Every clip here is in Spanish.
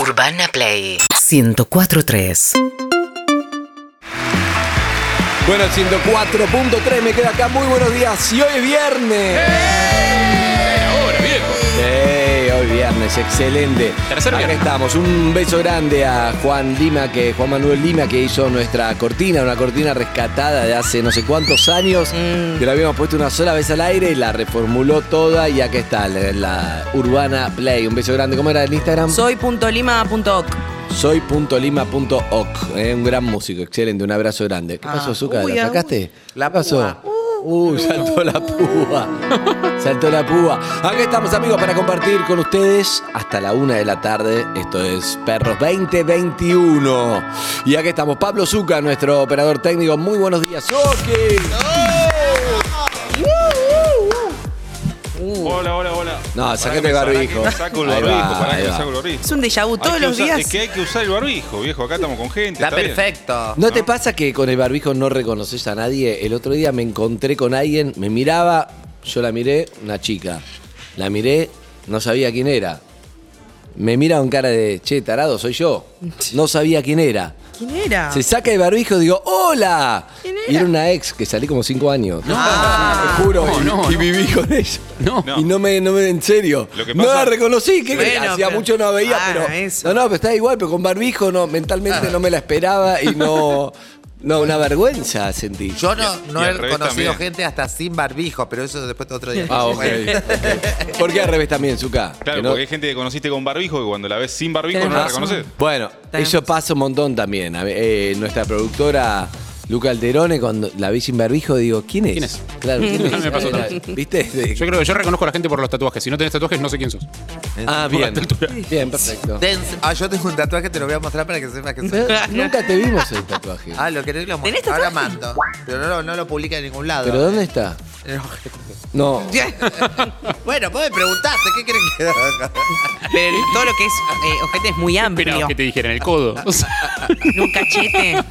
Urbana Play 1043. Bueno, el 104.3 me queda acá. Muy buenos días. Y hoy es viernes. ¡Eh! ¡Ey! Eh, Hoy viernes, excelente. Tercer Acá viernes. estamos. Un beso grande a Juan Lima, que Juan Manuel Lima, que hizo nuestra cortina, una cortina rescatada de hace no sé cuántos años, Mm. que la habíamos puesto una sola vez al aire y la reformuló toda y acá está, la, la Urbana Play. Un beso grande. ¿Cómo era el Instagram? Soy.lima.oc. Soy.lima.oc. eh, un gran músico, excelente. Un abrazo grande. ¿Qué pasó, Zuka? uy, ¿La ah, sacaste? La pasó. Uh, saltó la púa. Saltó la púa. Aquí estamos, amigos, para compartir con ustedes hasta la una de la tarde. Esto es Perros 2021. Y aquí estamos, Pablo Zuca, nuestro operador técnico. Muy buenos días, Zuki. Hola, hola, hola. No, Pará sacate que me- el pará que barbijo. me Saco el Ahí barbijo, va, pará ahí que me va. saco el barbijo. Es un déjà vu Hay todos que los usar- días. Es que hay que usar el barbijo, viejo. Acá estamos con gente. Está bien. perfecto. ¿No te pasa que con el barbijo no reconoces a nadie? El otro día me encontré con alguien, me miraba, yo la miré, una chica. La miré, no sabía quién era. Me mira con cara de, che, tarado, soy yo. No sabía quién era. ¿Quién era? Se saca el barbijo y digo, ¡Hola! ¿Quién Y era? era una ex que salí como cinco años. Ah, Te juro, y, y viví con ella. No. Y no me, no me- en serio. Lo que no pasa- la reconocí, que Bueno, hacía pero- mucho no la veía, Ah, pero. eso. No, no, pero está igual, pero con barbijo no, mentalmente no me la esperaba y no. No, una vergüenza sentí. Yo no, Y- no y he al revés conocido también. gente hasta sin barbijo, pero eso después otro día. Ah, ok. Bueno, ok. ¿Por qué al revés también, Zuka? Claro, Que no- porque hay gente que conociste con barbijo y cuando la ves sin barbijo Tenés no la razón. reconoces. Bueno, Tenés eso razón. pasa un montón también. A ver, eh, nuestra productora Luca Alterone, cuando la vi sin barbijo, digo, ¿quién es? ¿Quién es? Claro, ¿quién me pasó Era- también. ¿Viste? De- Yo creo que yo reconozco a la gente por los tatuajes. Si no tenés tatuajes, no sé quién sos. Ah, bien. la altura. Bien, perfecto. Dense- Ah, yo tengo un tatuaje, te lo voy a mostrar para que sepas que soy. Pero Nunca te vimos el tatuaje. Ah, lo querés que lo ¿Tenés muestre. Ahora mando. Pero no, lo- no lo publica en ningún lado. ¿Pero dónde está? No. bueno, vos me preguntaste, ¿qué querés que haga? Pero todo lo que es eh, ojete es muy amplio. Esperabas que te dijera en el codo. O sea, Un cachete.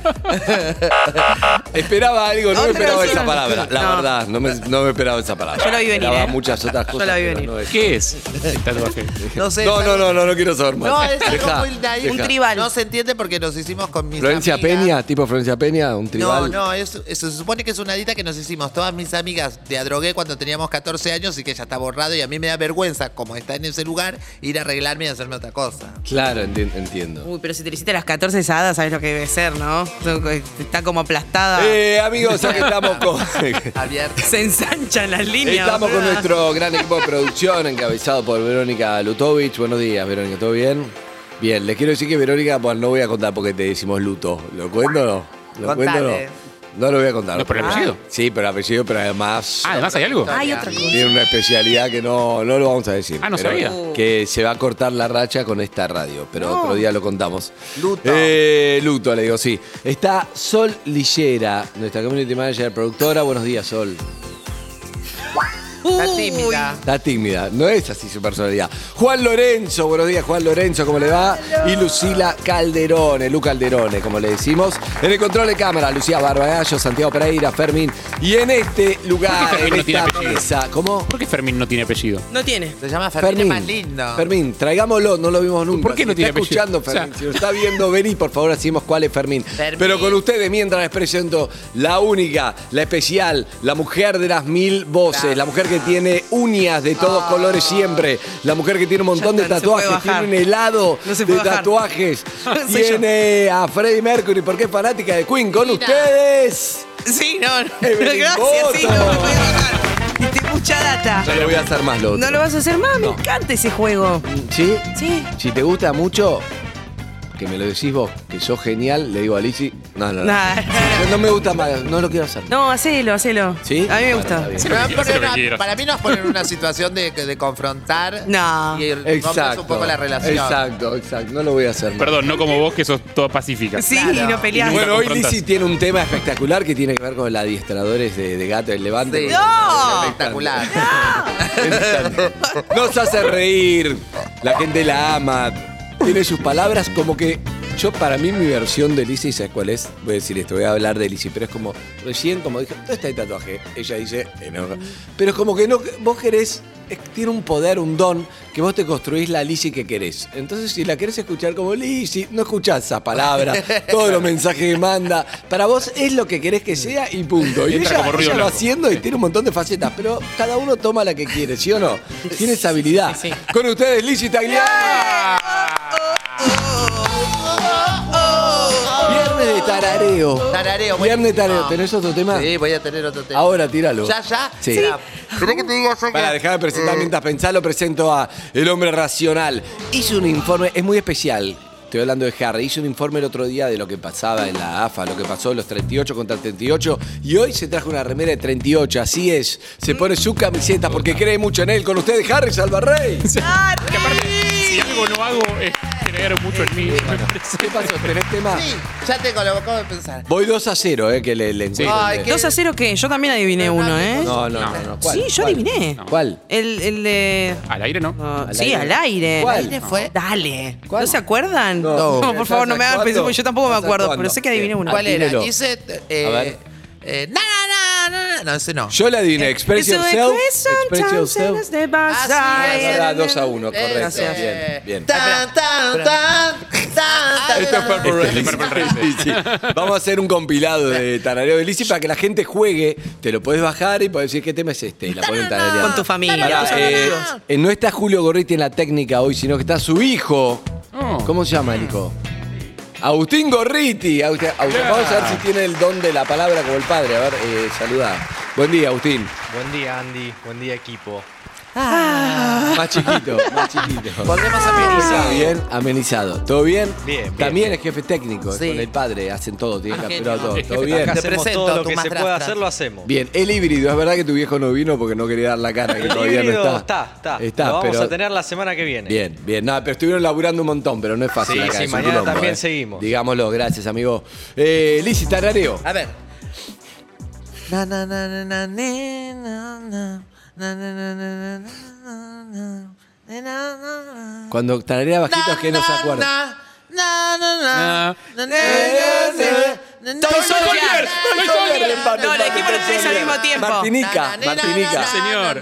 Esperaba algo, no me Otra esperaba vez. esa palabra. La No. verdad, no me, no me esperaba esa palabra. Yo la vi venir, Esperaba ¿eh? muchas otras Yo cosas. la vi pero venir. no esa. ¿Qué es el tatuaje? No sé. No, es no, algo- no, no, no quiero saber más. No, es algo Dejá, muy nadie- dejá. Un tribal. No se entiende porque nos hicimos con mis Florencia amigas. Peña, tipo Florencia Peña, un No, tribal. no, es- es- se supone que es una dita que nos hicimos todas mis amigas de adrogué cuando teníamos 14 años y que ya está borrado y a mí me da vergüenza, como está en ese lugar, ir a arreglarme y hacerme otra cosa. Claro, enti- entiendo. Uy, pero si te lo hiciste a las 14 hadas, sabes lo que debe ser, ¿no? Está como aplastada. Eh, amigos, ya que estamos con. Abierto. Se ensanchan las líneas. Estamos con boluda. nuestro gran equipo de producción encabezado por Verónica Lutovich. Buenos días, Verónica, ¿todo bien? Bien, les quiero decir que Verónica, bueno, no voy a contar porque te decimos luto. ¿Lo cuento o no? ¿Lo Contale. cuento o no? No lo voy a contar. ¿No es Ah, por el apellido? Sí, pero el apellido, pero además Ah, además hay algo. Hay otra cosa. tiene una especialidad que no, no lo vamos a decir. Ah, no Pero sabía. Que se va a cortar la racha con esta radio, pero No. otro día lo contamos. Luto. Eh, luto, le digo, sí. Está Sol Lillera, nuestra community manager, productora. Buenos días, Sol. Está tímida. Está tímida, no es así su personalidad. Juan Lorenzo, buenos días Juan Lorenzo, ¿cómo le va? Y Lucila Calderone, Lu Calderone, como le decimos. En el control de cámara, Lucía Barbagallo, Santiago Pereira, Fermín. Y en este lugar, ¿Por qué en Fermín no tiene esta apellido? mesa, ¿cómo? ¿Por qué Fermín no tiene apellido? No tiene. Se llama Fermín, es más lindo. Fermín, traigámoslo, no lo vimos nunca. ¿Por qué Si no está tiene apellido? escuchando, O sea- Fermín. Si lo está viendo, vení, por favor, decimos cuál es Fermín. Fermín. Pero con ustedes, mientras les presento la única, la especial, la mujer de las mil voces, la mujer que tiene uñas de todos colores siempre, la mujer que tiene un montón de Ya está, no se puede tatuajes, tiene bajar. un helado No se de puede bajar. tatuajes, Soy yo. tiene a Freddie Mercury porque es fanática de Queen. Con ustedes. Sí, no. no. Evelyn Gracias, sí, no Boto. me puedo bajar. Diste mucha data. Ya lo voy a hacer más lo ¿No lo vas a hacer más? Me encanta ese juego. ¿Sí? Sí. Si te gusta mucho, que me lo decís vos, que sos genial, le digo a Lizzy, no, no, no. Nah. Yo no me gusta más, no lo quiero hacer. No, hacelo, hacelo. ¿Sí? A mí me Bueno, gusta. está bien. Me van a Hace lo que poner una- quieras. para mí nos ponen en una situación de, de confrontar No. y rompes Exacto. un poco la relación. Exacto, exacto. No lo voy a hacer. más. Perdón, no como vos que sos toda pacífica. Sí, Claro. no peleas. Bueno, hoy confrontás. Lizzy tiene un tema espectacular que tiene que ver con el adiestradores de, de gato, el levante. Sí. ¡No! Espectacular. Nos hace reír, la gente la ama. Tiene sus palabras como que Yo, para mí, mi versión de Lizzie, ¿sabes cuál es? Voy a decir esto, voy a hablar de Lizzie, pero es como, recién, como dije, ¿dónde está el tatuaje? Ella dice, en hoja. Pero es como que no, vos querés, es- tiene un poder, un don, que vos te construís la Lizzie que querés. Entonces, si la querés escuchar como Lizzie, no escuchás esa palabra, todos los mensajes que manda. Para vos es lo que querés que sea y punto. Y Entra ella, como ruido ella lo blanco. haciendo y tiene un montón de facetas, pero cada uno toma la que quiere, ¿sí o no? Tiene esa habilidad. Sí, sí. Con ustedes, Lizzie Tagliani. Viernes de tarareo. Tarareo, Viernes de tarareo. buenísimo. ¿Tenés otro tema? Sí, voy a tener otro tema. Ahora tíralo. ¿Ya, ya? Sí. Ya. ¿Querés que te diga yo que- Para dejar de presentar mientras pensás, lo presento a El Hombre Racional. Hizo un informe, es muy especial. Estoy hablando de Harry. Hizo un informe el otro día de lo que pasaba en la AFA, lo que pasó en los 38 contra 38. Y hoy se trajo una remera de 38, así es. Se pone su camiseta porque cree mucho en él. Con ustedes, Harry Salvarrey. Ah, Que aparte, si algo no hago es creer mucho en mí. me parece. ¿Qué pasó? ¿Tenés tema? Sí, ya te colocó de pensar. Voy 2 a 0, eh, que le, le encuentro. Ay, qué- 2 a 0 qué? Yo también adiviné uno, ¿eh? No, no, no. no. ¿Cuál? Sí, yo ¿Cuál? adiviné. ¿Cuál? El, el de. Al aire, ¿no? Ah, Al sí, aire. al aire. ¿Cuál? Al aire fue. Dale. ¿Cuál? ¿No se acuerdan? No. por favor, no me hagan ¿Estás pensar porque yo tampoco me actuando? acuerdo, ¿Estás pero sé que adiviné actuando? uno. ¿Cuál era? Dímelo. Dice. eh, A ver. eh, na, na, na, na, na. No, ese no. Yo la adiviné. Express Eso es yourself. question Express time, yourself. sentence de Basay. Ah, sí, Ahora 2 a 1, Ese. correcto. Eh, Gracias. Bien, bien. Eh, Tan, tan, tan, tan, Esto tan, es tan. Purple Rain. Este es Purple Rain. Sí, sí. Vamos a hacer un compilado de tarareo de Lizzy para que la gente juegue. Te lo puedes bajar y puedes decir qué tema es este. Y la pueden tararear. Con tu familia, Pará, tus eh, amigos. eh, no está Julio Gorriti en la técnica hoy, sino que está su hijo. Oh. ¿Cómo se llama, Nico? Agustín Gorriti. Agustín- Agustín, Vamos a ver si tiene el don de la palabra como el padre. A ver, eh, saluda. Buen día, Agustín. Buen día, Andy. Buen día, equipo. Más chiquito, más chiquito. Pondremos Está amenizado. bien, amenizado. ¿Todo bien? Ah. Bien, bien, También bien. es jefe técnico, es Sí. con el padre, hacen todo, tienen que Genio. apurar todo. Es ¿Todo jefe bien? Acá Te hacemos presento todo a lo tu que se madrastra. pueda hacer, lo hacemos. Bien, el híbrido, es verdad que tu viejo no vino porque no quería dar la cara, que El todavía no está. híbrido está, está. Está, Lo vamos pero- a tener la semana que viene. Bien, bien, nada, pero estuvieron laburando un montón, pero no es fácil. Sí, acá, sí, es un mañana quilombo, también eh. seguimos. Digámoslo, gracias, amigo. Eh, Lizzy, tarareo. A ver. Na, na, na, na, na, ne, na, na. Na, na, na, na, na, na, na, ne, na, na, na. Cuando tararea bajito es que no se Na, acuerda. na, na, na, Ah. na, na, na, na, na, na, Estoy na, Solier, na, estoy na, Solier. na, el na, empate, No, na, el na, empate, equipo de na, tres na, al mismo na, tiempo. Martinica, na, na, Martinica. na, na, Señor.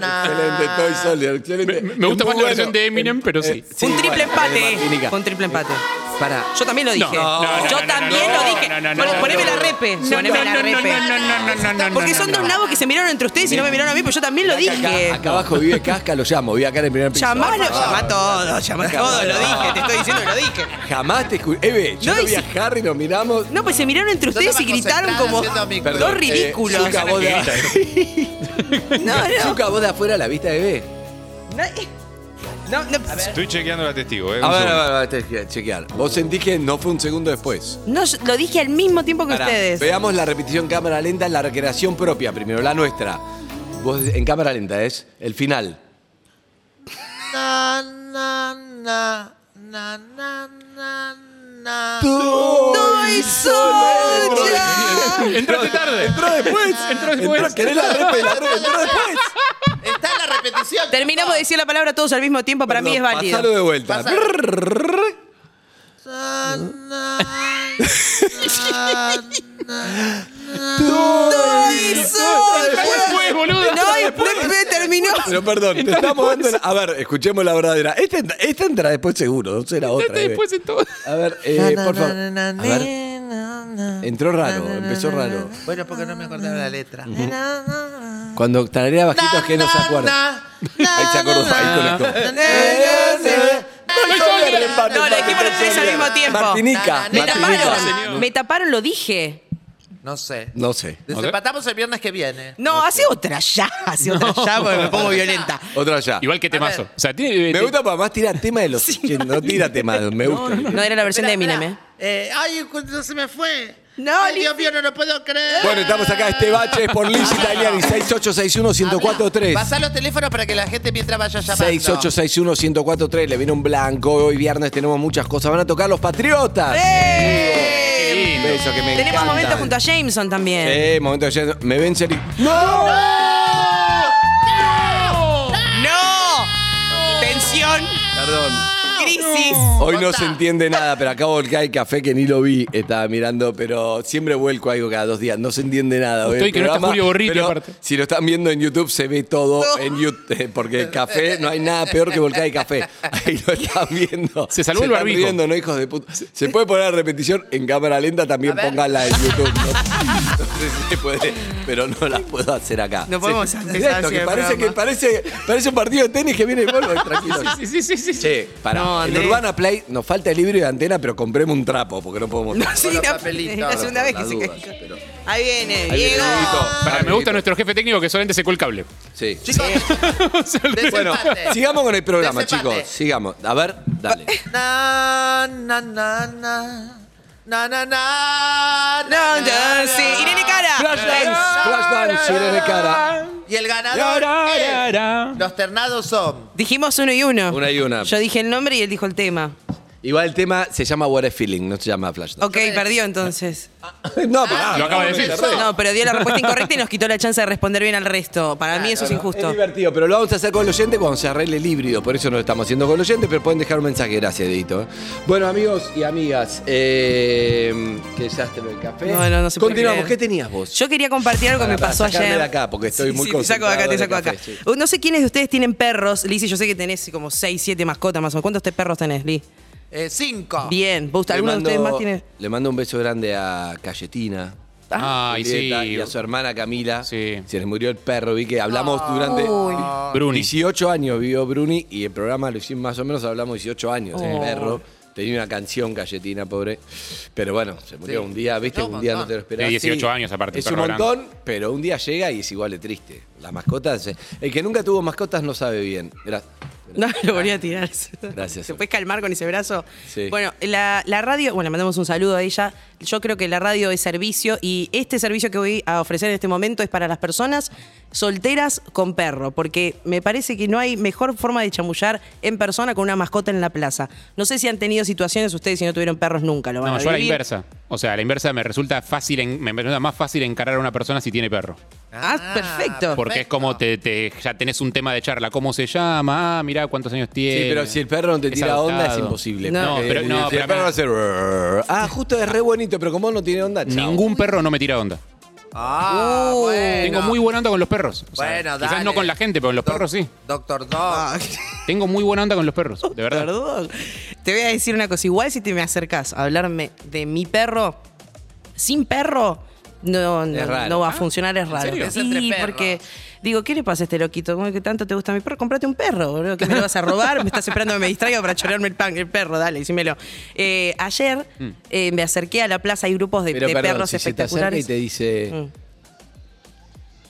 na, na. Excelente, Toy Soldier, excelente. Me- me gusta Muy más la versión de Eminem, pero sí. Un bueno, triple empate. eh, Martinica. Con triple empate. Para, Yo también lo dije. No, no, Yo no, también no, lo no, dije. no, no, Poné- no, poneme no. la repe. Poneme la repe. Porque son dos nabos que se miraron entre ustedes y no me miraron a mí, pero yo también lo Acá- dije. Acá, abajo vive Casca, lo llamo, vive acá en el primer piso. Llamalo, llama todo, llama todo, lo dije, te estoy diciendo que lo dije. Jamás te escuché. Eve, yo No, lo y vi a si- Harry, nos miramos. No, pues se miraron entre Yo ustedes y estaba gritaron concentrada como haciendo mi- dos Perdón, eh, ridículos. Zucca, vos de, no, no, Zucca, vos de afuera la vista de Eve. no. eh, No, no, Estoy chequeando la testigo, ¿eh? A Un ver, segundo. a ver, a ver, chequear. Vos sentís que no fue un segundo después. no, yo lo dije al mismo tiempo que Pará, ustedes. Veamos la repetición cámara lenta, la recreación propia primero, la nuestra. Vos en cámara lenta es el final. Na, na, na, na, na, na, na. ¡Soy sola! Entraste tarde. Entró después. Entró después. ¿Querés la repetición? Entró después. Está la repetición. Terminamos de decir la palabra todos al mismo tiempo, para mí es Perdón, válido. Pasalo de vuelta. Pasalo. Brrrr. Na, na, ¡Soy sola! Después, boludo. No, y después terminó. Pero perdón, te estamos dando. la- A ver, escuchemos la verdadera. Esta, entra- esta entra después seguro, no será otra. Entraste eh. después en todo. A ver, na, eh, na, por na, favor. na, A na, ver, Eh, na, na. entró raro, empezó raro. Bueno, porque no me acordaba la letra. Na, na, na. Cuando tararea bajito es que no se Na, acuerda. na, na, Ahí se acordó, na, ahí na, conectó. na, Eh. na, na, na. No, lo dijimos los tres al mismo tiempo. Martinica, Me Me Martinica. taparon, me taparon, lo dije. No sé. No sé. Desempatamos el viernes que viene. No, hace otra ya, hace otra ya porque me pongo violenta. Otra ya. Igual que temazo. Ah. O sea, tiene. Me te- gusta para más tirar tema de los 80, no tira tema, me gusta. No era la versión de Eminem, ¿eh? Eh, ay, cuando se me fue. No, ay, Dios Lizzy. mío, no lo puedo creer. Bueno, estamos acá, este bache es por Liz Italiani, Habla. Ah, 6861-1043. Pasá los teléfonos para que la gente mientras vaya llamando. 6861-1043, le viene un blanco, hoy viernes tenemos muchas cosas, van a tocar los Patriotas. ¡Eh! Un beso que me Tenemos encantan. momentos junto a Jameson también. Eh, momento de ayer, me ven serio. ¡No! ¡No! Tensión, Perdón. crisis. decís. Hoy no Contá. se entiende nada, pero acabo de caer café que ni lo vi, estaba mirando, pero siempre vuelco algo cada dos días, no se entiende nada. hoy Justo el hoy que no está programa, Julio Borriti, pero aparte. Si lo están viendo en YouTube, se ve todo en YouTube, porque el café, no hay nada peor que volcar el café. Ahí lo están viendo. Se salvó el están barbijo. riendo, ¿no, hijos de puta? Se puede poner la repetición en cámara lenta, también pónganla en YouTube. ¿no? No sé si se puede, pero no la puedo hacer acá. No podemos Sí, hacer mirá esto, así que el parece, que programa. parece, parece un partido de tenis que viene y vuelve, tranquilo. Sí, sí, sí, sí. sí. Che, pará. No, en Andrés. Urbana Play nos falta el libro y la antena, pero compremos un trapo porque no podemos. Sí, los la, papelitos, es la segunda vez que se duda, cae. pero- Ahí Ahí viene, viene Diego. el grito. Para, Ahí me gusta viene el grito. nuestro jefe técnico que solamente secó el cable. Sí. Chicos, Bueno, desempate. sigamos con el programa, Desempate. chicos. Sigamos. A ver, dale. Na, na, na, na. Na, na, na, No, na, na, no, sí. Irene Cara. Flashdance, Flashdance, Irene Cara. Y el ganador es- Los ternados son... Dijimos uno y uno. Una y una. Yo dije el nombre y él dijo el tema. Igual el tema se llama What is Feeling, no se llama Flashdance. Ok, perdió entonces. No, pero. Lo acaba de no, decir. no, No, pero dio la respuesta incorrecta y nos quitó la chance de responder bien al resto. Para mí eso es Es injusto. divertido, pero lo vamos a hacer con el oyente cuando se arregle el híbrido. Por eso no lo estamos haciendo con el oyente, pero pueden dejar un mensaje. Gracias, Edito. Bueno, amigos y amigas, eh, qué desastre el café. No, no, no se puede Continuamos. creer. ¿Qué tenías vos? Yo quería compartir algo que Pará, me pará, pasó sacame ayer. de acá, porque estoy Sí, muy sí, te saco de acá, te saco concentrado de acá. en el No sé quiénes de ustedes tienen perros. Lizzy, yo sé que tenés como 6, 7 mascotas más o menos. ¿Cuántos te perros tenés, Liz? eh, cinco. Bien. ¿Vos, Ah. Le ¿Alguno de mando- ustedes más tiene? Le mando un beso grande a Cayetina. Ay, Julieta, Ah, sí. uh, Y a su hermana Camila. Sí. Se les murió el perro. Vi que hablamos durante Bruni. 18 años, vivió Bruni. Y el programa lo hicimos más o menos, hablamos 18 años. El Oh. perro. Tenía una canción, Cayetina, pobre. Pero bueno, se murió Sí. un día, ¿viste? No, un un día no montón. te lo esperabas. De Sí. 18 años, aparte, Es un perro montón, pero un día llega y es igual de triste. Las mascotas. eh, El que nunca tuvo mascotas no sabe bien. Gracias. No, lo volví a tirar. Gracias. ¿Se puede calmar con ese brazo? Sí. Bueno, la, la radio, bueno, le mandamos un saludo a ella. Yo creo que la radio es servicio y este servicio que voy a ofrecer en este momento es para las personas solteras con perro, porque me parece que no hay mejor forma de chamullar en persona con una mascota en la plaza. No sé si han tenido situaciones ustedes si no tuvieron perros nunca, lo van No, a yo a la vivir. inversa. O sea, a la inversa me resulta fácil, en- me resulta más fácil encarar a una persona si tiene perro. Ah, perfecto. Porque es como te, te- ya tenés un tema de charla. ¿Cómo se llama? Ah, mirá cuántos años tiene. Sí, pero si el perro no te Es tira onda es adoptado. imposible. No, Porque pero- el- no, si pero el perro acá- va a hacer... Ah, justo es re bonito, pero como no tiene onda, chao. Ningún perro no me tira onda. Ah, Uh, bueno. Tengo muy buena onda con los perros. O sea, Bueno, quizás dale. no con la gente, pero con los Doc- perros sí. Doctor Ah, Dog. Tengo muy buena onda con los perros, de verdad. Perdón. Te voy a decir una cosa. Igual si te me acercas a hablarme de mi perro, sin perro, no, no, Es raro. Ah, no va a funcionar, es raro. serio? Es entre Sí, perros. porque digo, ¿qué le pasa a este loquito? ¿Cómo que tanto te gusta mi perro? Comprate un perro, boludo. ¿Qué me lo vas a robar? me estás esperando que me distraiga para chorearme el pan, el perro, dale, dímelo. Eh, ayer eh, me acerqué a la plaza, hay grupos de, Mm. Pero de perdón, perros si se te acerca y espectaculares. te dice... Mm.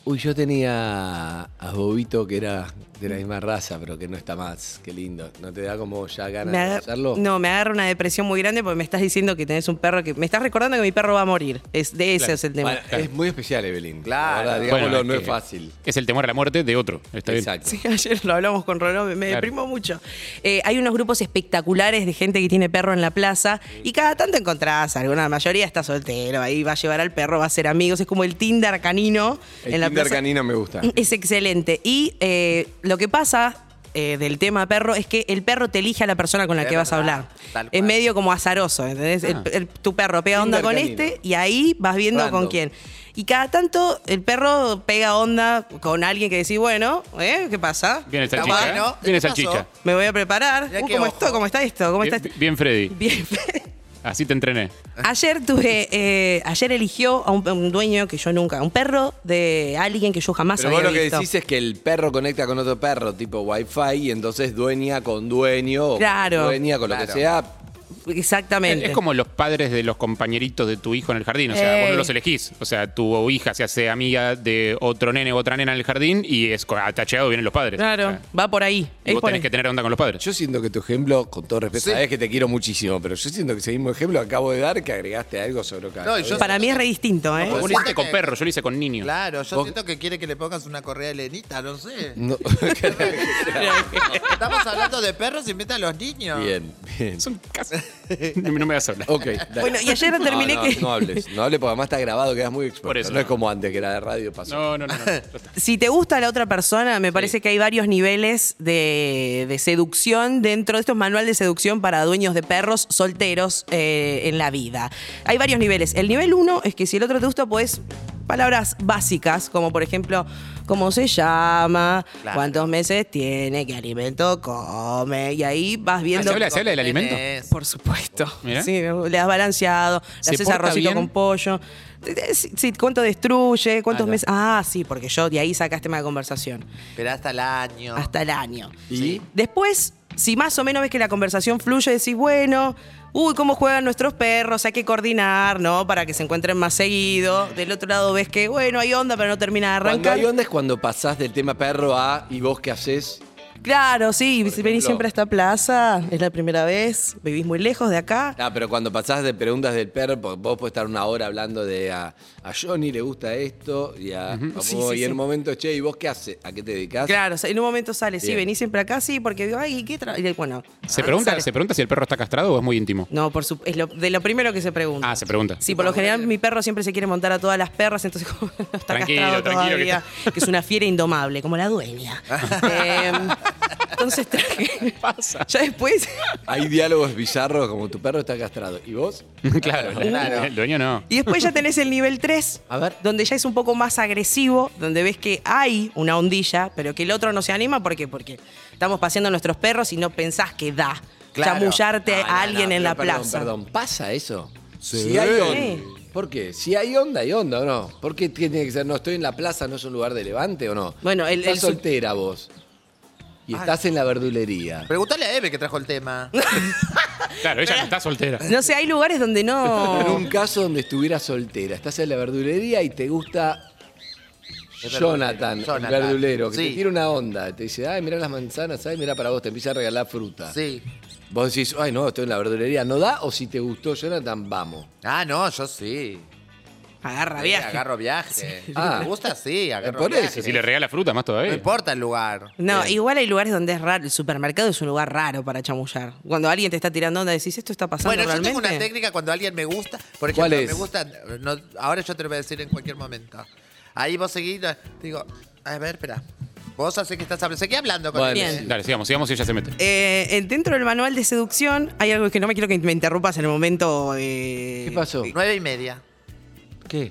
Uy, yo tenía a Bobito que era de la misma raza, pero que no está más. Qué lindo. ¿No te da como ya ganas Me de agar- hacerlo? No, me agarra una depresión muy grande porque me estás diciendo que tenés un perro que. Me estás recordando que mi perro va a morir. Es, de ese es el tema. Bueno, Es muy especial, Evelyn. Claro. La verdad, Bueno, digámoslo, no que es fácil. Es el temor a la muerte de otro. Está bien. Exacto. Sí, ayer lo hablamos con Rolón, me, me Claro. deprimo mucho. Eh, hay unos grupos espectaculares de gente que tiene perro en la plaza y cada tanto encontrás alguna, la mayoría está soltero, ahí va a llevar al perro, va a ser amigos, es como el Tinder canino El en la Kinder plaza. Mm, canino me gusta. Es excelente. Y eh, lo que pasa eh, del tema perro es que el perro te elige a la persona con la Es que vas a verdad, hablar. tal Es cual. medio como azaroso, ¿entendés? El- el- tu perro pega onda con Intercanino. este y ahí vas viendo con Random. quién. Y cada tanto el perro pega onda con alguien que decís, bueno, ¿eh? ¿qué pasa? Viene el Está salchicha. bueno. ¿eh? Viene el ¿Qué pasó? salchicha. Me voy a preparar. Mirá Uh, qué ¿cómo, ojo. esto? ¿Cómo está esto? ¿Cómo está Bien, esto? bien, Freddy. Bien. Así te entrené. Ayer tuve, eh, ayer eligió a un, a un dueño que yo nunca, a un perro de alguien que yo jamás Pero vos había lo que visto. decís es que el perro conecta con otro perro, tipo wifi, y entonces dueña con dueño, o Claro. dueña con lo que Claro. sea. Exactamente. Es como los padres de los compañeritos de tu hijo en el jardín. O sea, vos Ey. no los elegís. O sea, tu hija se hace amiga de otro nene o otra nena en el jardín y es co- atacheado vienen los padres. O Claro, sea, va por ahí. y es vos por tenés ahí. que tener onda con los padres. Yo siento que tu ejemplo, con todo respeto, sabes que te quiero muchísimo, pero yo siento que ese mismo ejemplo acabo de dar que agregaste algo sobre lo que No, y yo- Para mí es re distinto, ¿eh? No, Vos lo siento hiciste con que- perros, yo lo hice con niños. Claro, yo Vos- siento que quiere que le pongas una correa de lenita, no sé. No. Estamos hablando de perros y mete a los niños. bien, bien. Son casi- No, me vas a hablar. Ok, dale. Bueno, y ayer No, terminé no, que. No hables, no hables porque además está grabado, quedas muy expuesto. Por eso. No es como antes que era de radio, pasó. No, no, no. no, ya está. Si te gusta la otra persona, me parece que hay varios niveles de, de seducción dentro de estos manuales de seducción para dueños de perros solteros eh, en la vida. Hay varios niveles. El nivel uno es que si el otro te gusta, pues palabras básicas, como por ejemplo, cómo se llama, Claro. cuántos meses tiene, qué alimento come, y ahí vas Ah, ¿se, viendo... habla, se habla del alimento? Tenés. Por supuesto. Mirá. Sí, le das balanceado, ¿Se le haces porta arrocito bien? con pollo. Eh, Sí, sí, cuánto destruye, cuántos Ah, ya. meses. Ah, sí, porque yo de ahí sacaste tema de conversación. Pero hasta el año. Hasta el año. ¿Y? Después, si más o menos ves que la conversación fluye, decís, bueno, uy, cómo juegan nuestros perros, hay que coordinar, ¿no? Para que se encuentren más seguido. Del otro lado ves que, bueno, hay onda, pero no termina de Cuando arrancar. hay onda es cuando pasás del tema perro a ¿y vos qué haces? Claro, Por sí, venís ejemplo. siempre a esta plaza, es la primera vez, vivís muy lejos de acá. Ah, pero cuando pasás de preguntas del perro, po- vos podés estar una hora hablando de a, a Johnny le gusta esto y a a vos, Sí, y sí, en sí. un momento, che, ¿y vos qué haces? ¿A qué te dedicas? Claro, o sea, en un momento sale, sí, Bien. venís siempre acá, sí, porque digo, ay, ¿qué tra-? y Bueno. ¿Se ah, pregunta, sale. ¿Se pregunta si el perro está castrado o es muy íntimo? No, por su, es lo, de lo primero que se pregunta. Ah, se pregunta. Sí, por lo general mi perro siempre se quiere montar a todas las perras, entonces como no está Tranquilo, castrado tranquilo, que todavía, que, es una fiera indomable, como la dueña. Eh, entonces traje... Pasa. Ya después... Hay diálogos bizarros como tu perro está castrado. ¿Y vos? claro, Claro. el dueño no. Y después ya tenés el nivel 3, A ver. donde ya es un poco más agresivo, donde ves que hay una ondilla, pero que el otro no se anima. ¿Por qué? Porque estamos paseando a nuestros perros y no pensás que da Claro. chamullarte No, no, no, a alguien pero en la Ah, perdón, plaza. Perdón, ¿pasa eso? Si hay Sí. onda. ¿Por qué? Si hay onda, hay onda, ¿o no? ¿Por qué tiene que ser, no estoy en la plaza, no es un lugar de levante o no? Bueno, el- Estás el- soltera vos. Y estás en la verdulería. Preguntale a Eve que trajo el tema. Claro, ella no está soltera. No sé, hay lugares donde En no. un caso donde estuvieras soltera, estás en la verdulería y te gusta Es Jonathan, verdulero. Jonathan. el verdulero, que te Sí. tira una onda, te dice, ay, mirá las manzanas, ay, mirá para vos, te empieza a regalar fruta. Sí. Vos decís, ay, no, estoy en la verdulería, ¿no da? O si te gustó Jonathan, vamos. Ah, no, yo sí. Agarra Sí, viaje. Eh, Agarro viaje. Ah. ¿Te gusta? Sí, agarro Por eso, viaje. Si le regala fruta, más No todavía. importa el lugar. No, igual hay lugares donde es raro. El supermercado es un lugar raro para chamullar. Cuando alguien te está tirando onda, decís, ¿esto está pasando Bueno, yo realmente? tengo una técnica cuando alguien me gusta. Por ejemplo, ¿Cuál es? me gusta. no, ahora yo te lo voy a decir en cualquier momento. Ahí vos seguís, no, digo, a ver, espera. Vos hacés que estás hablando. Seguí hablando con Bueno, él. Bien. Dale, sigamos, sigamos y ella se mete. Eh, eh, dentro del manual de seducción hay algo que no me quiero que me interrumpas en el momento. eh, ¿Qué pasó? Nueve y media. ¿Qué?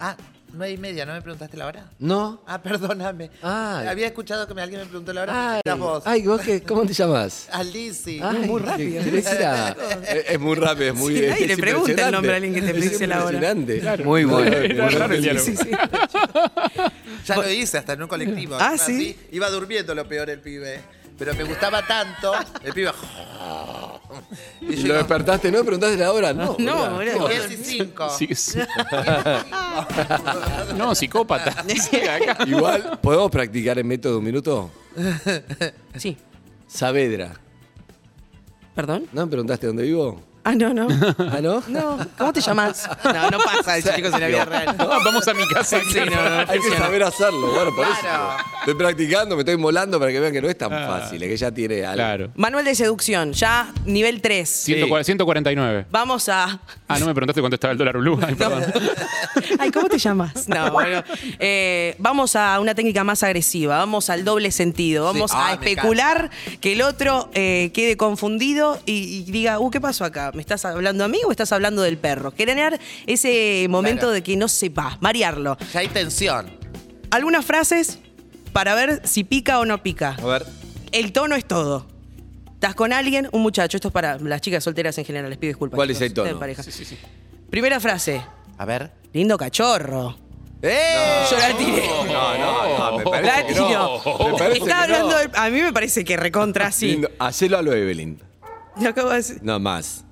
Ah, nueve y media, ¿no me preguntaste la hora? ¿No? Ah, perdóname. Ay. Había escuchado que me- alguien me preguntó la hora. Ay, Eras vos. ay, ¿vos qué? ¿Cómo te llamás? Alisi. Ay, muy rápido. ¿qué querés ir a- es, es muy rápido, es muy Sí, nadie es le pregunta el nombre impresionante. a alguien que te Es dice la hora. impresionante. Muy Era raro el diálogo. Sí, sí. Ya lo hice hasta en un colectivo. Ah, Iba ¿sí? así, Iba durmiendo lo peor el pibe. Pero me gustaba tanto. El pibe. Y lo despertaste, ¿no? ¿Preguntaste la hora? No. No, boludo. boludo. 10 y 5. Sí, sí. No, psicópata. Igual, ¿podemos practicar el método de un minuto? Sí. Saavedra. ¿Perdón? ¿No me preguntaste dónde vivo? Ah, no, no. ¿Ah, no? No, ¿cómo te llamas? No, no pasa eso, chicos, en la vida real. Ah, Vamos a mi casa. Hay que saber hacerlo, bueno, por Claro. eso. Estoy practicando, me estoy molando para que vean que no es tan fácil, es que ya tiene algo. Ah. Claro. Manual de seducción, ya nivel 3. 104- 149. Vamos a. Ah, no me preguntaste cuánto estaba el dólar blue. Ay, perdón. Ay, ¿cómo te llamas? No, bueno. Eh, vamos a una técnica más agresiva, vamos al doble sentido, vamos Ah, a me especular que el otro eh, quede confundido y, y diga, uh, ¿qué pasó acá? ¿Me estás hablando a mí o estás hablando del perro? Generar ese momento Claro. de que no sepa, marearlo. Ya hay tensión. Algunas frases para ver si pica o no pica. A ver. El tono es todo. Estás con alguien, un muchacho, esto es para las chicas solteras en general, les pido disculpas. ¿Cuál es chicos, el tono? ustedes en pareja. Primera frase, A ver. lindo cachorro. ¡Eh! Yo la tiré. No, no, no, me La parece que tiro. no. Me parece Está que no. hablando. de- a mí me parece que recontra sí. Lindo. Hacelo a lo Evelyn. Lo acabo de decir. No más.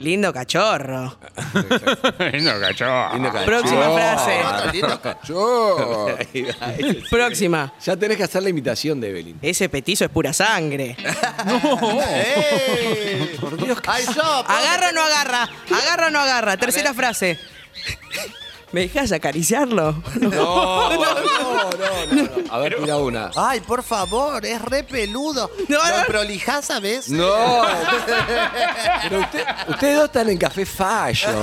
Lindo cachorro. Ah, No, Lindo Ah, cacho. cachorro. Ah, Próxima frase. No, lindo cacho. Próxima. Ya tenés que hacer la imitación de Evelyn. Ese petizo es pura sangre. ¡Eh! Por Dios. ¡Ay, yo! Agarra o no agarra. Agarra o no agarra. Tercera frase. ¿Me dejas acariciarlo? No, no, no, no. Ah, A ver, tira una. Ay, por favor, es re peludo. No, Lo no. prolijás a veces. No. Pero usted- ustedes dos están en Café Fashion.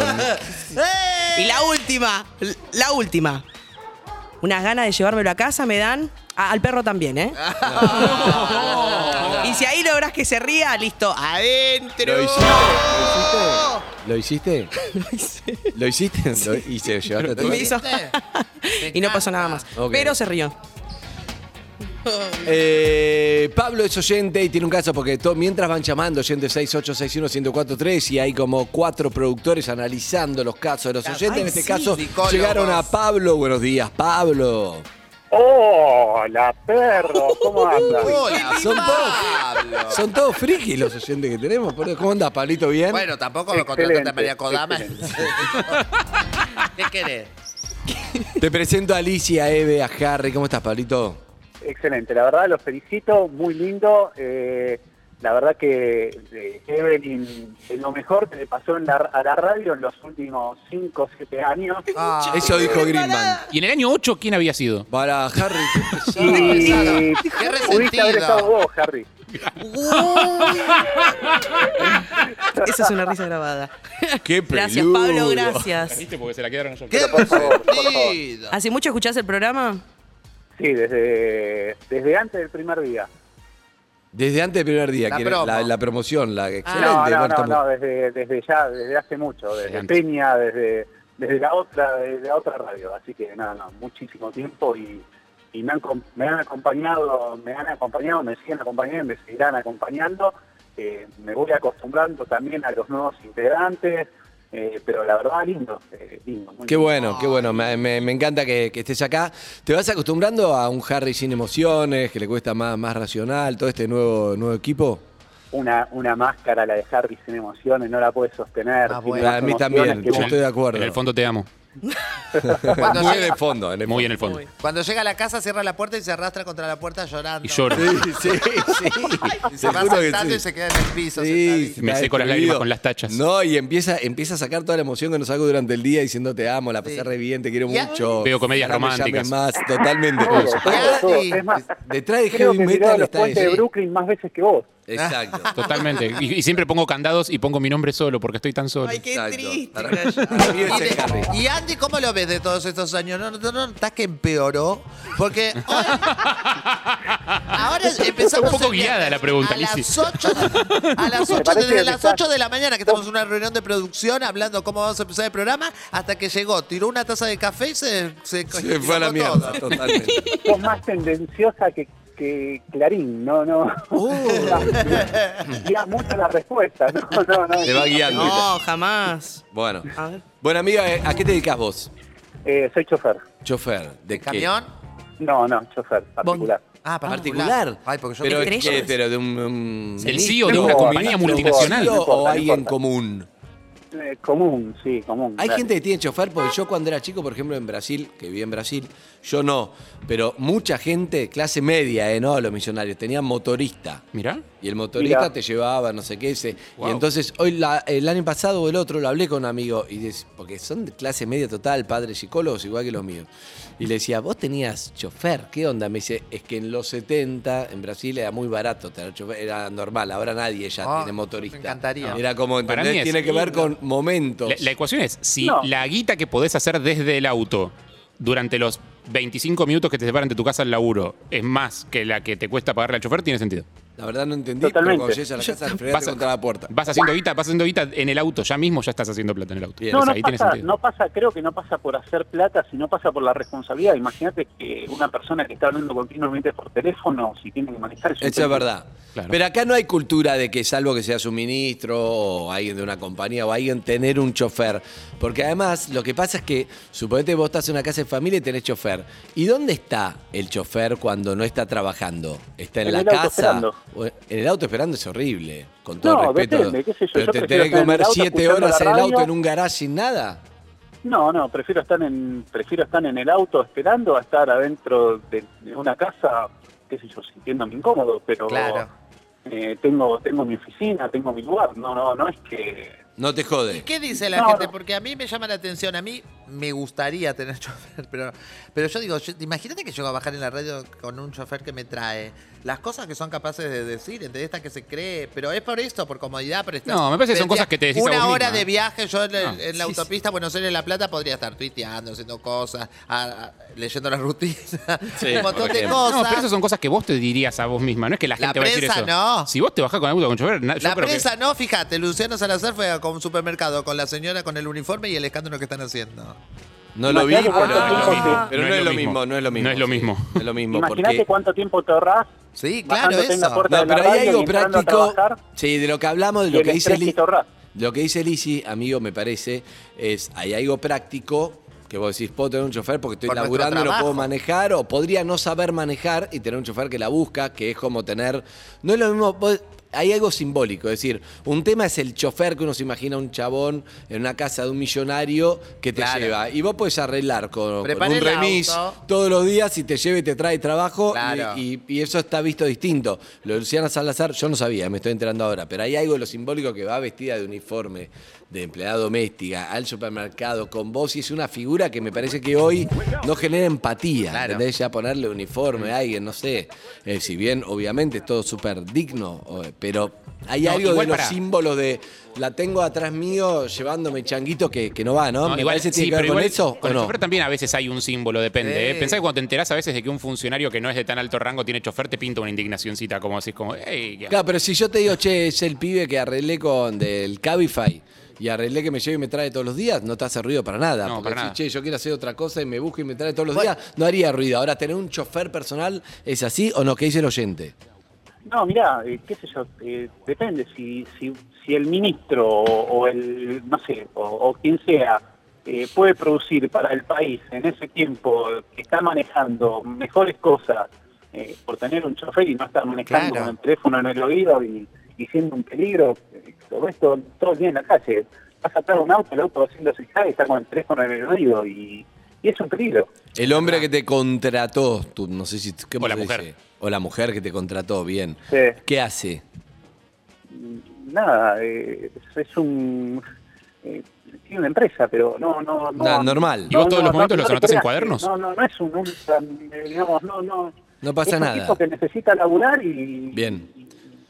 Y la última, la última. Unas ganas de llevármelo a casa me dan. Ah, al perro también, ¿eh? y si ahí lográs que se ría, listo. Ah, ¡Adentro! ¿Lo hiciste? ¿Lo hiciste? ¿Lo hiciste? ¿Lo hiciste? Lo- ¿Y se lo llevaste a tu Me casa? hizo- y no pasó nada más. Ok. Pero se rió. Eh, Pablo es oyente y tiene un caso porque to- mientras van llamando oyente 6861-1043 y hay como cuatro productores analizando los casos de los oyentes. Ay, en este sí. caso Psicólogos. llegaron a Pablo. Buenos días, Pablo. Hola, perro, ¿cómo andas? Hola, Son Pablo. todos, son todos frikis los oyentes que tenemos. por Dios. ¿Cómo andas, Pablito? ¿Bien? Bueno, tampoco me Excelente, contrataste a María Kodama. excelente. ¿Qué querés? Te presento a Alicia, a Eve, a Harry. ¿Cómo estás, Pablito? Excelente, la verdad los felicito, muy lindo. eh, la verdad que eh, Evelyn, es lo mejor que le pasó en la- a la radio en los últimos 5 o 7 años. Ah, Eso dijo Greenman. ¿Y en el año 8 quién había sido? Para Harry. qué pesado. Y Qué pudiste haber estado resentido. vos, Harry. uh, Esa es una risa grabada. Qué Gracias, peludo. Pablo, gracias. ¿Viste? Porque se la quedaron ellos. Qué Pero por favor, por favor. resentido. ¿Hace mucho escuchás el programa? Sí, desde, desde antes del primer día. Desde antes del primer día, La que era promo. la, la promoción, la excelente. Ah, No, no, Marta no, Mu- no, desde, desde ya, desde hace mucho, desde Excelente. Peña, desde, desde la otra, desde la otra radio, así que nada, no, muchísimo tiempo y, y me han com- me han acompañado, me han acompañado, me siguen acompañando, me seguirán acompañando, Eh, me voy acostumbrando también a los nuevos integrantes, eh, pero la verdad lindo, eh, lindo, muy Qué lindo. bueno, qué bueno. Me, me- me encanta que, que estés acá. ¿Te vas acostumbrando a un Harry sin emociones, que le cuesta más, más racional, todo este nuevo, nuevo equipo? Una, una máscara, la de Harry sin emociones, no la puede sostener. Ah, Tiene bueno. más a mí emociones también, que yo vos. estoy de acuerdo. En el fondo te amo. Cuando Muy en llega- el fondo, en el Muy en el fondo. Cuando llega a la casa, cierra la puerta y se arrastra contra la puerta llorando. Y lloro. fondo. Sí, sí, sí. Y Te Se va juro que saltando sí. y se queda en el piso. Sí, sentadito. Me está seco destruido. las lágrimas con las tachas. No, y empieza, empieza a sacar toda la emoción que nos sacó durante el día diciendo te amo, la pasé Sí. re bien, te quiero Y a- mucho. Veo comedias Ojalá me llames románticas. más, totalmente. Todo, todo, todo. Harry. Es más, Detrás de creo heavy que he tirado metal los está puentes de eso. Brooklyn más veces que vos. Exacto. Totalmente. Y, y siempre pongo candados y pongo mi nombre solo porque estoy tan solo. Ay, qué Exacto. Para- triste. para mí Y, ese de- Harry. y Andy, ¿cómo lo ves de todos estos años? ¿No, no, no notas que empeoró? Porque hoy- ahora empezamos... Un poco el- guiada la pregunta, a las Lizy. 8, de- a las 8 parece desde que las estás- 8 de la mañana que estamos en una reunión de producción hablando cómo vamos a empezar el programa, hasta que llegó, tiró una taza de café y se... Se, Se fue a la todo. mierda, totalmente. Sos más tendenciosa que, que Clarín, no, no. Oh. Guías mucho la respuesta, no, no, no. Te va guiando. No, jamás. Bueno. A ver. Bueno, amiga, eh, ¿a qué te dedicas vos? Eh, soy chofer. Chofer. ¿De qué? ¿Camión? No, no, chofer, particular. Ah, ¿Particular? Ay, porque yo... pero, ¿Estrellas? eh, pero de un... un- El CEO de No, una no, compañía no, multinacional. no, no. ¿O importa, hay en importa. común? Eh, común, sí, común. Hay claro. gente que tiene chofer, porque yo cuando era chico, por ejemplo, en Brasil, que viví en Brasil, yo no, pero mucha gente, clase media, eh, no los millonarios, tenían motorista. Mirá. Y el motorista Mirá. te llevaba, no sé qué. ese. Wow. Y entonces, hoy la- el año pasado o el otro, lo hablé con un amigo, y des- porque son de clase media total, padres psicólogos, igual que los míos. Y le decía, vos tenías chofer, ¿qué onda? Me dice, es que en los 70, en Brasil, era muy barato tener chofer, era normal, ahora nadie ya Ah, tiene motorista. me encantaría. Era como, Para ¿entendés? mí es Tiene que ver con momentos. La, la ecuación es, si No. la guita que podés hacer desde el auto durante los 25 minutos que te separan de tu casa al laburo es más que la que te cuesta pagarle al chofer, tiene sentido. La verdad no entendí, pero Totalmente. cuando llegues a la casa, fregaste Vas a- contra la puerta. Vas haciendo guita, vas haciendo guita en el auto, ya mismo ya estás haciendo plata en el auto. Bien. No, Entonces, no ahí tiene pasa, sentido. no pasa, creo que no pasa por hacer plata, sino pasa por la responsabilidad. Imagínate que una persona que está hablando continuamente por teléfono, si tiene que manejar... un Eso es verdad. Claro. Pero acá no hay cultura de que, salvo que seas un ministro o alguien de una compañía o alguien, tener un chofer. Porque además, lo que pasa es que, suponete vos estás en una casa de familia y tenés chofer. ¿Y dónde está el chofer cuando no está trabajando? ¿Está en, En la el auto casa? esperando. O- En el auto esperando es horrible, con todo No, respeto. depende, qué sé yo, Pero yo te tenés prefiero que estar en el comer auto siete escuchando horas la en el radio. auto en un garage sin nada. No, no, prefiero estar en prefiero estar en el auto esperando a estar adentro de, de una casa, qué sé yo, sintiéndome incómodo, pero Claro. eh, tengo tengo mi oficina, tengo mi lugar. No, no, no es que No te jode. ¿Y qué dice la No, gente? no. Porque a mí me llama la atención, a mí me gustaría tener chofer, pero, pero yo digo, yo- imagínate que llego a bajar en la radio con un chofer que me trae las cosas que son capaces de decir, entre estas que se cree, pero es por esto, por comodidad, por estar- No, me parece que son Decía, cosas que te decís a Una vos hora misma, de ¿eh? viaje, yo en, la- Ah, en la autopista Buenos Aires-La Plata podría estar tuiteando, haciendo cosas, a- a- leyendo las rutinas, Sí, un montón por de ejemplo. cosas. No, pero eso son cosas que vos te dirías a vos misma. No es que la La gente va a decir prensa eso. no. Si vos te bajás con el auto con chofer, na- yo la creo que- prensa no, fíjate, Luciano Salazar fue a con un supermercado con la señora con el uniforme y el escándalo que están haciendo. No lo vi, Imagínate pero, cuánto no, tiempo te- pero no es lo mismo. No es lo mismo. No es lo sí. mismo. No es lo mismo Imagínate porque... cuánto tiempo te ahorrás Sí, claro, bajándote en la eso. puerta No, de la pero hay radio algo y entrando a práctico. trabajar, Sí, de lo que hablamos, de y lo el que dice estrés Liz. que te ahorrás. Lo que dice Lisi, amigo, me parece, es hay algo práctico que vos decís, puedo tener un chofer porque estoy Por nuestro laburando y no puedo trabajo. manejar, o podría no saber manejar y tener un chofer que la busca, que es como tener. No es lo mismo. vos- hay algo simbólico, es decir, un tema es el chofer que uno se imagina un chabón en una casa de un millonario que te Claro. lleva. Y vos podés arreglar con, con Prepara un el remis auto. todos los días y te lleva y te trae trabajo. y- Claro. y y, y eso está visto distinto. Lo de Luciana Salazar, yo no sabía, me estoy enterando ahora, pero hay algo de lo simbólico que va vestida de uniforme de empleada doméstica al supermercado con vos y es una figura que me parece que hoy no genera empatía. Claro. ¿Entendés? Ya ponerle uniforme a alguien, no sé. Eh, si bien, obviamente, es todo súper digno, o- pero hay No, algo de igual los pará. símbolos de la tengo atrás mío llevándome changuito que, que no va, ¿no? No, me igual- parece que tiene sí, que ver pero con igual eso o con el no. chofer también a veces hay un símbolo, depende. ¿eh? Sí. Pensá que cuando te enterás a veces de que un funcionario que no es de tan alto rango tiene chofer, te pinta una indignacioncita, como decís, como, "Ey, ¿qué Claro, pero si yo te digo, che, es el pibe que arreglé con del Cabify y arreglé que me lleve y me trae todos los días, no te hace ruido para nada. No, porque para si, nada. che, yo quiero hacer otra cosa y me busca y me trae todos los Bueno. días, no haría ruido. Ahora, ¿tener un chofer personal es así o no? ¿Qué dice el oyente? No, mirá, eh, qué sé yo, eh, depende si, si, si el ministro o, o el, no sé, o, o quien sea, eh, puede producir para el país en ese tiempo que está manejando mejores cosas eh, por tener un chofer y no estar manejando Claro. con el teléfono en el oído y, y siendo un peligro. eh, Lo ves todo, todo el día en la calle. Vas a atrás de un auto, el auto va haciendo zigzag y está con el teléfono en el oído y, y es un peligro. El hombre que te contrató, tú, no sé si... ¿qué O más la se mujer. dice? O la mujer que te contrató, bien. Sí. ¿Qué hace? nada, eh, es un... eh, tiene una empresa, pero no... no, no Nada, normal. ¿Y vos todos los momentos los te anotás en creas que- cuadernos? No, no, no es un... un- eh, digamos, no, no. No pasa es un nada. tipo que necesita laburar y... Bien.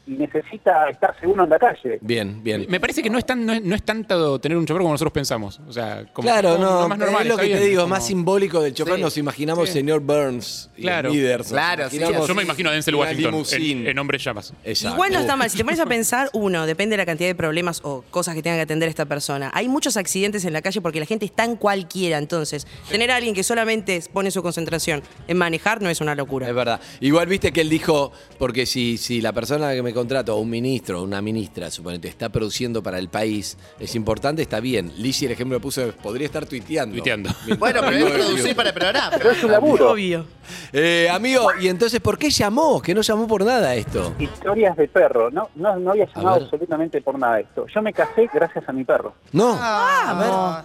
Y necesita estar seguro en la calle. Bien, Me- bien. Me parece que no es, tan, no, es, no es tanto tener un chofer como nosotros pensamos. O sea, como Claro, como no, más normal, es lo está que te bien, digo, como- más simbólico del chofer. Sí, nos imaginamos sí. señor Burns y Claro. líder. Claro, sí, Yo me imagino a Denzel Washington en, en Hombres Llamas. Igual no está mal. Si te pones a pensar, uno, depende de la cantidad de problemas o cosas que tenga que atender esta persona. Hay muchos accidentes en la calle porque la gente es tan cualquiera. Entonces, tener a alguien que solamente pone su concentración en manejar no es una locura. Es verdad. Igual viste que él dijo, porque si, si la persona que me contrata, o un ministro, o una ministra, suponete, está produciendo para el país, es importante, está bien. Lizzie, el ejemplo que puso, es, podría estar tuiteando. Tuiteando. Bueno, pero es producir para el Pero programa. es un laburo. Obvio. Eh, amigo, ¿y entonces por qué llamó? Que no llamó por nada esto. Historias de perro. No, no, no había llamado ver. absolutamente por nada de esto. Yo me casé gracias a mi perro. No. Ah,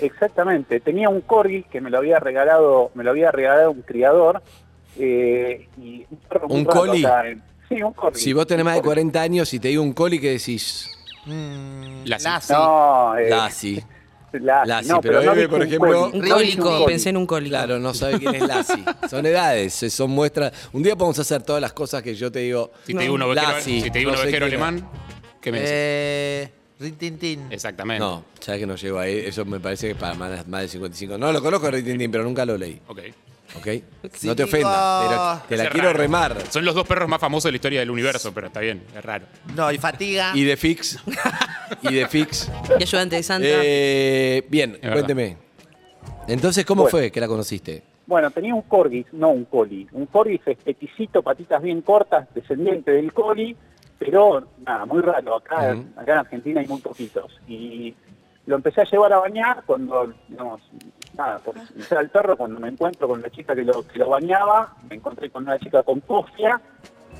Exactamente, tenía un corgi que me lo había regalado, me lo había regalado un criador eh, y un perro muy ¿Un raro coli? acá en- sí, un corgi. Si vos tenés Un más de corgi. 40 años y te digo un coli que decís, Lassi. Lassi. No, eh, Lassi. la- Lassi, no, pero pero, no Eve, dije por un ejemplo- coli, Un no dije un cólico, coli. pensé en un cólico. Claro, no sabe quién es Lassi. Son edades, son muestras. Un día podemos hacer todas las cosas que yo te digo. Si te digo un ovejero, Lassi, si te digo no un sé ovejero quién es. alemán, ¿qué me decís? Eh, Rin Tin Tin. Exactamente. No, sabes que no llego ahí. Eso me parece que es para más, más de 55. No, lo conozco a Rin Tin Tin, pero nunca lo leí. Ok. ¿Ok? no te digo- ofendas. Te la, te la Es quiero raro. remar. Son los dos perros más famosos de la historia del universo, pero está bien, es raro. No, y Fatiga. Y de Fix. y de Fix. Y ayudante de Santa. Eh, bien, verdad. cuénteme. Entonces, ¿cómo Bueno. fue que la conociste? Bueno, tenía un corgi, no un coli, un corgi es peticito, patitas bien cortas, descendiente del coli, pero nada, muy raro, acá, Ujú. acá en Argentina hay muy poquitos. Y lo empecé a llevar a bañar cuando, digamos, nada, por ser el perro, cuando me encuentro con la chica que lo, que lo bañaba, me encontré con una chica con cofia,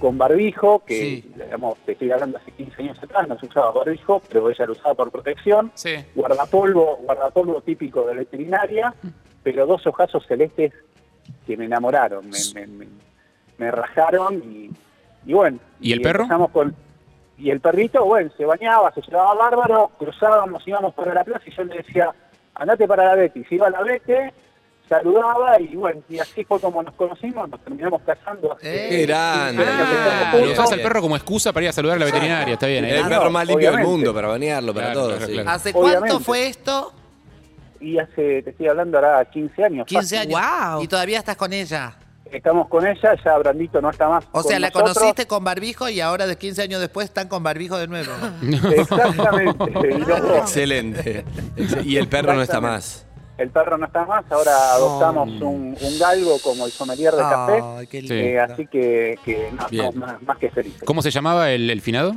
con barbijo, que, Sí. digamos, te estoy hablando hace 15 años atrás, no se usaba barbijo, pero ella lo usaba por protección Sí. guardapolvo, guardapolvo típico de veterinaria, pero dos ojazos celestes que me enamoraron, me, me- me- me rajaron y, y bueno. ¿Y el perro? empezamos con- y y el perrito, bueno, se bañaba, se llevaba bárbaro, cruzábamos, íbamos para la plaza y yo le decía, andate para la Betty. Se iba a la Betty, saludaba y bueno, y así fue como nos conocimos, nos terminamos casando. Eh, Qué grande. Ah, Bien, Lo usás al bien. perro como excusa para ir a saludar a la veterinaria, está bien. ¿eh? El perro más limpio del Obviamente. mundo, para bañarlo, para Claro, todo. claro, sí. claro. ¿Hace cuánto Obviamente. fue esto? Y hace, te estoy hablando, ahora 15 años. 15 años. Guau. Y todavía estás con ella. Estamos con ella, ya Brandito no está más. O con sea, la nosotros. conociste con barbijo y ahora de 15 años después están con barbijo de nuevo. Exactamente. y los dos. Excelente. Ex- Y el perro no está más. El perro no está más, ahora adoptamos un, un galgo como el sommelier de café. Ay, qué Sí. eh, linda. así que, que no, Bien. no, más, más que felices. ¿Cómo se llamaba el, el finado?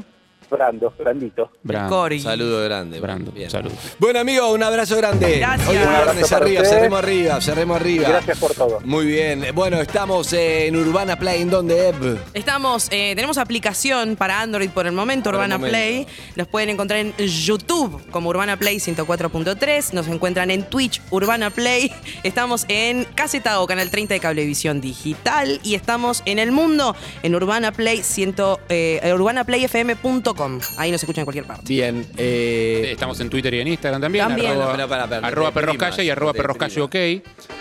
Brando, Brandito. Brando. Cori. Saludo grande. Brando, Bien. salud. Bueno, amigo, un abrazo grande. Gracias. Hoy Un abrazo viernes para arriba, ustedes. cerremos arriba, cerremos arriba. Gracias por todo. Muy bien. Bueno, estamos eh, en Urbana Play, ¿en dónde, Eb? Estamos, eh, tenemos aplicación para Android por el momento, Por el Urbana momento. Play. Los pueden encontrar en YouTube como Urbana Play 104.3. Nos encuentran en Twitch, Urbana Play. Estamos en Casetao, Canal 30 de Cablevisión Digital. Y estamos en el mundo en Urbana Play 100, eh, urbanaplayfm.com. Ahí nos escuchan en cualquier parte. Bien. eh, Estamos en Twitter y en Instagram también. También. Arroba, Pará, pará, pará, arroba te perros primas, calle y arroba te perros primas. calle ok.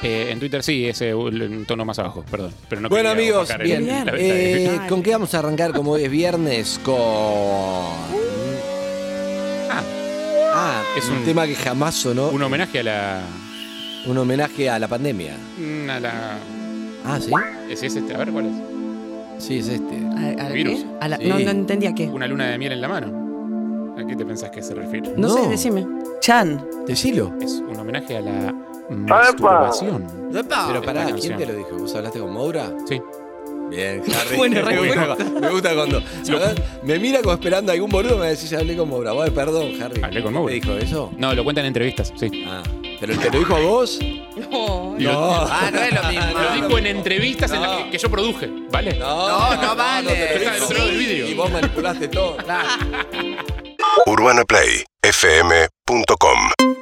Eh, en Twitter sí, ese un tono más abajo, perdón. Pero no bueno, quería amigos, opacar el- bien. la- la- Eh, Dale. ¿Con qué vamos a arrancar como hoy es viernes? Con. Ah, es es un, un- tema que jamás sonó. un homenaje a la... mm, Un homenaje a la pandemia. a la- Ah, ¿sí? ¿Es ese este? A ver, ¿cuál es? Sí, es este. ¿A- a Virus. qué? A la- Sí. no, no entendía qué. Una luna de miel en la mano. ¿A qué te pensás que se refiere? No, No. sé, decime. Chan. Decilo. Es un homenaje a la masturbación. ¡Epa! Pero pará, buena ¿quién canción. te lo dijo? ¿Vos hablaste con Moura? Sí. Bien, Harry. Buena me, gusta, respuesta. me gusta cuando. a ver, me mira como esperando a algún boludo me decís, hablé con Moura. Bueno, perdón, Harry. Hablé con Moura. ¿Te dijo eso? No, lo cuentan en entrevistas, sí. Ah. ¿Pero te lo dijo a vos? No. Lo, Ah, no es lo mismo. lo dijo en entrevistas en las que, que yo produje, ¿vale? No, no vale. te lo Está del otro lado del vídeo. Y vos manipulaste todo. UrbanaPlayFM.com